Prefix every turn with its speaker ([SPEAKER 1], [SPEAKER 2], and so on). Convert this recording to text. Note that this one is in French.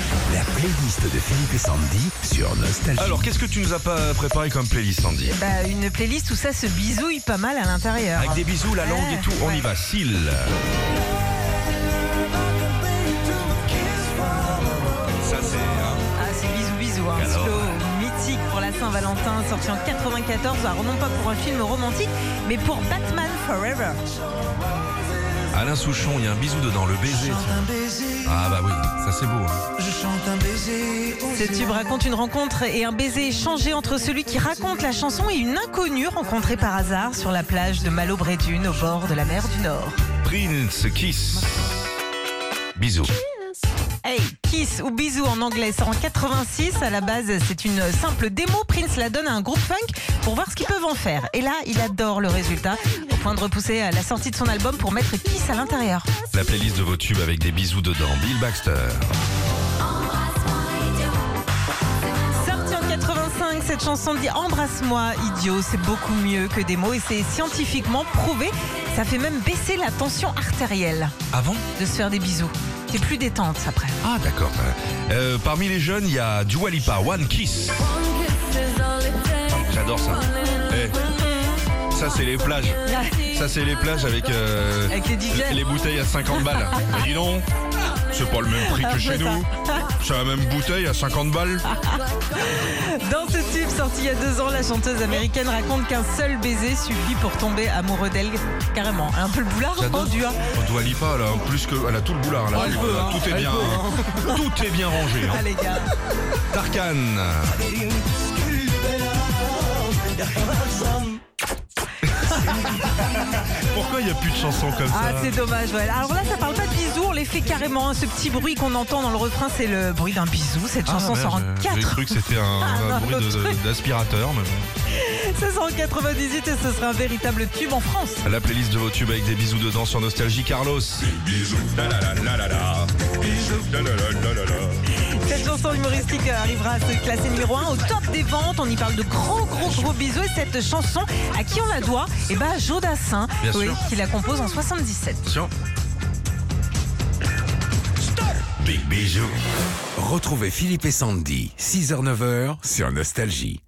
[SPEAKER 1] La playlist de Philippe et Sandy sur Nostalgie.
[SPEAKER 2] Alors, qu'est-ce que tu nous as pas préparé comme playlist, Sandy
[SPEAKER 3] Bah, une playlist où ça se bisouille pas mal à l'intérieur.
[SPEAKER 2] Avec des bisous, la langue et tout, on
[SPEAKER 3] Ouais.
[SPEAKER 2] y va. Syl. Ça, c'est. hein.
[SPEAKER 3] Ah, c'est bisous bisous, hein.
[SPEAKER 2] Alors.
[SPEAKER 3] Slow, mythique pour la Saint-Valentin, sorti en 94, alors non pas pour un film romantique, mais pour Batman Forever.
[SPEAKER 2] Alain Souchon, il y a un bisou dedans, le baiser. tiens. Ah, bah oui, ça c'est beau. hein.
[SPEAKER 3] Ce tube raconte une rencontre et un baiser échangé entre celui qui raconte la chanson et une inconnue rencontrée par hasard sur la plage de Malo-Brédune au bord de la mer du Nord.
[SPEAKER 2] Prince Kiss. Bisous.
[SPEAKER 3] Hey, Kiss ou Bisous en anglais sort en 86. À la base, c'est une simple démo. Prince la donne à un groupe funk pour voir ce qu'ils peuvent en faire. Et là, il adore le résultat, au point de repousser à la sortie de son album pour mettre Kiss à l'intérieur.
[SPEAKER 2] La playlist de vos tubes avec des bisous dedans. Bill Baxter.
[SPEAKER 3] Sortie en 85, cette chanson dit Embrasse-moi, idiot, c'est beaucoup mieux que des mots et c'est scientifiquement prouvé. Ça fait même baisser la tension artérielle
[SPEAKER 2] Avant
[SPEAKER 3] de se faire des bisous. C'est plus détente après.
[SPEAKER 2] Ah, d'accord. Euh, parmi les jeunes, il y a Dua Lipa, One Kiss. Ah, J'adore ça. Eh, Ça, c'est les plages. Ça, c'est les plages avec, euh,
[SPEAKER 3] Avec les DJs.
[SPEAKER 2] les bouteilles à 50 balles. Mais dis donc, c'est pas le même prix que chez
[SPEAKER 3] peu
[SPEAKER 2] nous. C'est la même bouteille à 50 balles.
[SPEAKER 3] Ah, oh, Dans ce tube sorti il y a deux ans, la chanteuse américaine raconte qu'un seul baiser suffit pour tomber amoureux d'elle. Carrément, un peu le boulard
[SPEAKER 2] J'adore.
[SPEAKER 3] rendu. hein.
[SPEAKER 2] On doit pas là, plus que elle a tout le boulard là.
[SPEAKER 3] elle
[SPEAKER 2] Tout-
[SPEAKER 3] peut, hein.
[SPEAKER 2] tout est
[SPEAKER 3] Elle
[SPEAKER 2] bien,
[SPEAKER 3] peut,
[SPEAKER 2] hein. tout est bien rangé. hein.
[SPEAKER 3] Ah, les gars.
[SPEAKER 2] Tarkan, pourquoi il y a plus de chansons comme
[SPEAKER 3] Ah,
[SPEAKER 2] ça
[SPEAKER 3] c'est dommage. ouais. Alors là, ça parle pas de bisous, on les fait carrément. hein. Ce petit bruit qu'on entend dans le refrain, c'est le bruit d'un bisou. Cette chanson sort en
[SPEAKER 2] Ah, merde, J'ai
[SPEAKER 3] 4
[SPEAKER 2] cru que c'était un, un
[SPEAKER 3] non,
[SPEAKER 2] bruit
[SPEAKER 3] l'autre
[SPEAKER 2] de- de- d'aspirateur, mais bon.
[SPEAKER 3] Ça sort en 98 et ce sera un véritable tube en France.
[SPEAKER 2] La playlist de vos tubes avec des bisous dedans sur Nostalgie Carlos.
[SPEAKER 4] Bisous, la la la la la la. Bisous, la la la la la la.
[SPEAKER 3] Cette chanson humoristique arrivera à se classer numéro 1 au top des ventes. On y parle de gros, gros, gros bisous. Et cette chanson, à qui on la doit Eh ben, à Jodassin,
[SPEAKER 2] Bien
[SPEAKER 3] oui,
[SPEAKER 2] sûr.
[SPEAKER 3] qui la compose en 77.
[SPEAKER 2] Tiens.
[SPEAKER 4] Big bisous.
[SPEAKER 1] Retrouvez Philippe et Sandy, 6h-9h sur Nostalgie.